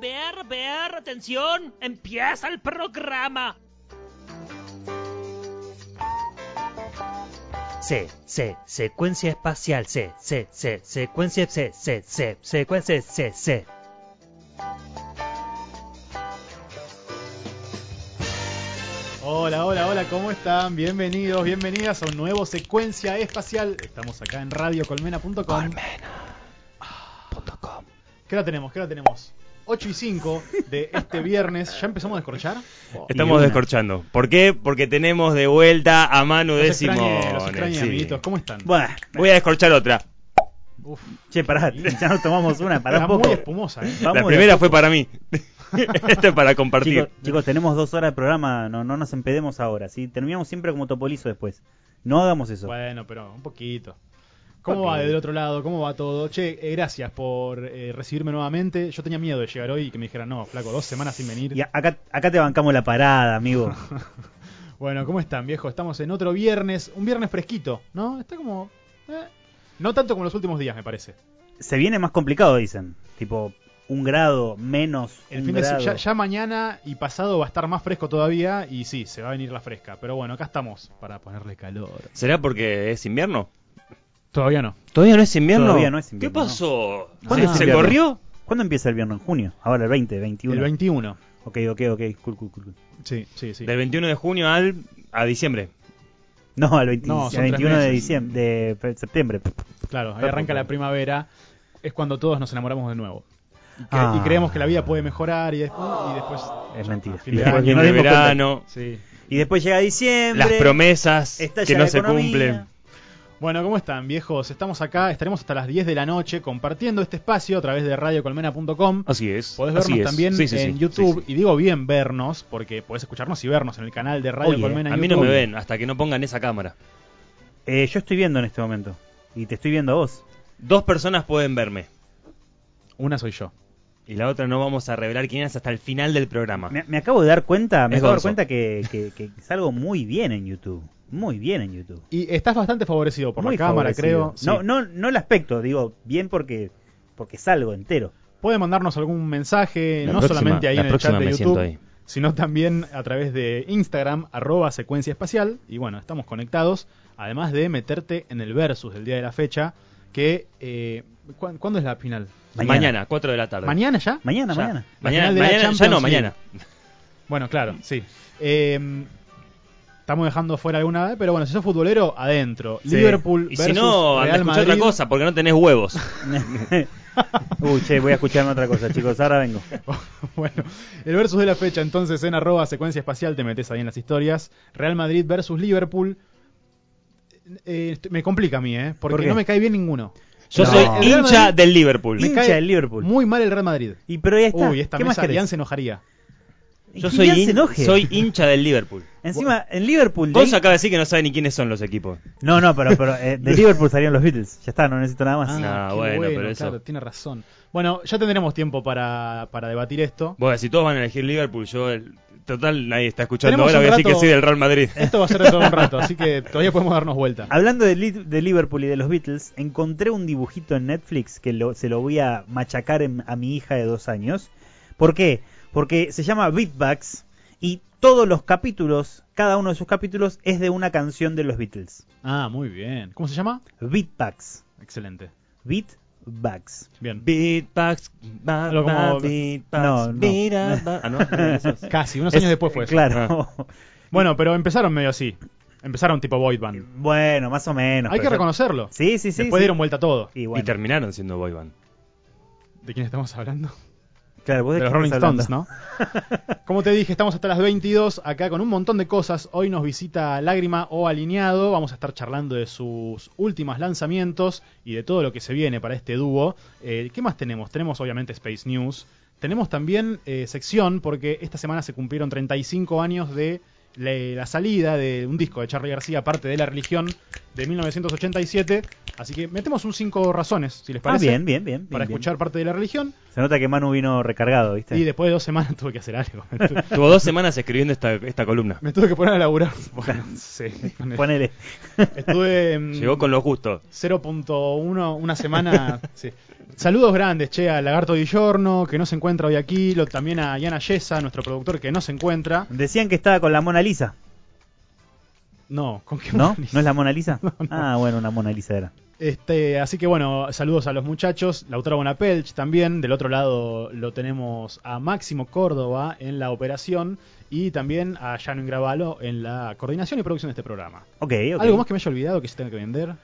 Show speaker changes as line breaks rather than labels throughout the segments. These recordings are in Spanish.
ver, ver, atención, empieza el programa.
C, C, secuencia espacial, C, C, C, secuencia, C, C, C, secuencia, C, C.
Hola, hola, hola, ¿cómo están? Bienvenidos, bienvenidas a un nuevo secuencia espacial. Estamos acá en radiocolmena.com.
Colmena.com.
¿Qué hora tenemos? ¿Qué hora tenemos? 8 y 5 de este viernes. ¿Ya empezamos a descorchar?
Estamos
Y una.
descorchando. ¿Por qué? Porque tenemos de vuelta a Manu
Los
décimo.
extrañé, los extrañé, amiguitos. ¿Cómo están?
Bueno,
Voy a descorchar otra.
Uf,
che, pará, ya nos tomamos una, pará
está
un poco.
muy espumosa, ¿eh?
Vamos
la
de
primera
a
fue para mí. Esta es para compartir.
Chicos, chicos, tenemos dos horas de programa, no, no nos empedemos ahora, ¿sí? Terminamos siempre como Topolizo después. No hagamos eso.
Bueno, pero un poquito. ¿Cómo va del otro lado? ¿Cómo va todo? Che, eh, gracias por eh, recibirme nuevamente. Yo tenía miedo de llegar hoy y que me dijeran, no, flaco, dos semanas sin venir.
Y a- acá, acá te bancamos la parada, amigo.
Bueno, ¿cómo están, viejo? Estamos en otro viernes, un viernes fresquito, ¿no? Está como... eh, No tanto como los últimos días, me parece.
Se viene más complicado, dicen. Tipo, un grado menos.
El
un
fin de se-
grado.
ya, ya mañana y pasado va a estar más fresco todavía y sí, se va a venir la fresca. Pero bueno, acá estamos para ponerle calor.
¿Será porque es invierno?
Todavía no.
¿Todavía no es invierno?
Todavía no es
¿Qué
invierno,
pasó?
Ah,
¿Cuándo
¿Se,
es
se
invierno?
corrió?
¿Cuándo empieza el viernes? ¿En junio? Ahora el 20, 21.
El 21.
Ok, ok, ok. Cool, cool, cool. cool.
Sí, sí, sí.
Del 21 de junio al a diciembre.
No, al 20
No,
al
son tres
21 de,
meses.
diciembre, de fe- septiembre.
Claro, ahí arranca la primavera. Es cuando todos nos enamoramos de nuevo. Y, cre-
Ah.
y creemos que la vida puede mejorar y después... Y después
Es mentira.
fin de
Viste,
año.
no
el
nos dimos cuenta.
verano,
sí.
Y después llega diciembre.
las promesas
estalla
que
la
no se
economía.
cumplen.
Bueno, ¿cómo están, viejos? Estamos acá, estaremos hasta las 10 de la noche compartiendo este espacio a través de radiocolmena.com.
Así es.
Podés
así
vernos
es.
también
Sí, sí, sí,
en
sí,
YouTube.
sí.
Y digo bien vernos, porque podés escucharnos y vernos en el canal de Radio
Oye,
Colmena en
A mí no
YouTube.
me ven hasta que no pongan esa cámara.
Eh, yo estoy viendo en este momento. Y te estoy viendo a vos.
Dos personas pueden verme.
Una soy yo.
Y la otra no vamos a revelar quién es hasta el final del programa.
Me, me acabo de dar cuenta,
Ah.
me
Es
acabo de dar
Gonzo.
cuenta que, que- que salgo muy bien en YouTube. Muy bien en YouTube.
Y estás bastante favorecido por
Muy
la cámara,
favorecido.
creo.
No,
Sí.
no, no el aspecto, digo, bien porque, porque salgo entero.
Puede mandarnos algún mensaje,
La
no
próxima-
solamente ahí
la
en el chat
próxima
de
me
YouTube,
siento ahí.
sino también a través de Instagram, arroba secuencia espacial. Y bueno, estamos conectados, además de meterte en el versus del día de la fecha, que... eh, ¿cuán- ¿Cuándo es la final?
Mañana.
Mañana, 4 de la tarde.
¿Mañana ya?
Mañana,
Ya.
mañana.
La
Mañana,
final de la
mañana- ya
Champions
no,
League.
mañana.
Bueno, claro, sí. Eh, estamos dejando fuera alguna, pero bueno, si sos futbolero, adentro.
Sí.
Liverpool
Y
versus
si no, anda a
Real
escuchar
Madrid.
otra cosa, porque no tenés huevos.
Uy, che, voy a escucharme otra cosa, chicos. Ahora vengo.
bueno, el versus de la fecha, entonces en arroba secuencia espacial te metes ahí en las historias. Real Madrid versus Liverpool. Eh, esto- me complica a mí, ¿eh? Porque
¿Por qué?
no me cae bien ninguno.
Yo
No.
soy
El
Real
hincha
Madrid-
del Liverpool.
Hincha
cae
del Liverpool.
Muy mal el Real Madrid.
Y pero ahí está.
Uy, esta
¿Qué más
mesa
querés?
Lian se enojaría.
Yo
Que
soy,
Lian se
hin-
enoje.
soy hincha del Liverpool.
Encima, en Liverpool. de
Gonzo
ahí-
acaba de decir que no sabe ni quiénes son los equipos.
No, no, pero, pero eh, de Liverpool salieron los Beatles. Ya está, no necesito nada más.
Ah,
qué
bueno, pero eso-
claro, tiene razón. Bueno, ya tendremos tiempo para, para debatir esto.
Bueno, si todos van a elegir Liverpool, yo... El... Total, nadie está escuchando
Tenemos
ahora,
un
voy a decir
rato-
que soy del Real Madrid.
Esto va a ser dentro de un rato, así que todavía podemos darnos vuelta.
Hablando de, Li- de Liverpool y de los Beatles, encontré un dibujito en Netflix que lo- se lo voy a machacar en- a mi hija de dos años. ¿Por qué? Porque se llama Beatbacks y todos los capítulos, cada uno de sus capítulos es de una canción de los Beatles.
Ah, muy bien. ¿Cómo se llama?
Beatbacks.
Excelente.
Beatbacks.
Bien.
Beatbox, ba-
Algo como-
ba- beatbox,
No, no.
beat- ba- Ah, no, no, eso es.
Casi, unos
Es-
años después fue. eso. Ah.
Claro.
Bueno, pero empezaron medio así. Empezaron tipo boy band.
bueno, más o menos.
Hay que
pero-
reconocerlo.
Sí, sí, sí.
Después
sí.
dieron vuelta a todo.
Y
Y
bueno,
terminaron siendo boyband.
¿De quién estamos hablando?
claro, vos
De
qué
los
estás
Rolling
hablando?
Stones, ¿no? Como te dije, estamos hasta las 22 acá con un montón de cosas. Hoy nos visita Lágrima o Alineado. Vamos a estar charlando de sus últimos lanzamientos y de todo lo que se viene para este dúo. Eh, ¿Qué más tenemos? Tenemos obviamente Space News. Tenemos también eh, sección porque esta semana se cumplieron 35 años de la, la salida de un disco de Charlie García, parte de la religión de 1987. Así que metemos un cinco razones, si les
Ah,
parece,
bien, bien, bien.
para
bien, bien.
escuchar parte de la religión.
Se nota que Manu vino recargado, ¿viste?
Y después de dos semanas tuve que hacer algo.
Tuvo dos semanas escribiendo esta, esta columna.
Me tuve que poner a laburar. Bueno, sí.
Ponele.
Estuve mm,
Llegó con los gustos.
0.1 una semana. sí. Saludos grandes, che, a Lagarto Di Giorno, que no se encuentra hoy aquí, lo- también a Yana Yesa, nuestro productor, que no se encuentra.
Decían que estaba con la Mona Lisa,
No, ¿con qué
¿no?
Mona Lisa?
¿No es la Mona Lisa? Ah, bueno, una Mona Lisa era.
Este, así que bueno, saludos a los muchachos. Lautaro Bonapelch también. Del otro lado lo tenemos a Máximo Córdoba en la operación y también a Jano Ingravalo en la coordinación y producción de este programa.
Ok, ok.
¿Algo más que me haya olvidado que se tenga que vender?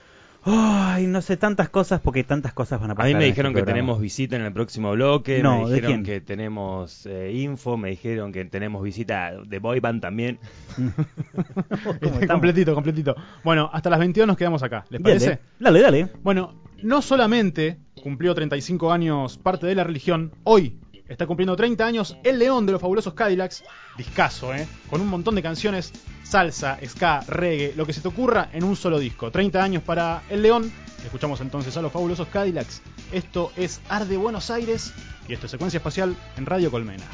Ay, no sé tantas cosas porque tantas cosas van a
A
pasar.
mí me
en
dijeron
este
que
programa.
tenemos visita en el próximo bloque,
No,
me
¿de
dijeron
quién?
que tenemos eh, info, me dijeron que tenemos visita de Boy Band también.
¿Cómo
este
estamos?
completito, completito. Bueno, hasta las 22 nos quedamos acá. ¿Les
Dale,
parece?
¿eh? Dale, dale.
Bueno, no solamente cumplió 35 años parte de la religión, hoy está cumpliendo 30 años El León de los Fabulosos Cadillacs, discazo, ¿eh? Con un montón de canciones, salsa, ska, reggae, lo que se te ocurra en un solo disco. 30 años para El León. Escuchamos entonces a los Fabulosos Cadillacs. Esto es Arde Buenos Aires y esto es Secuencia Espacial en Radio Colmena.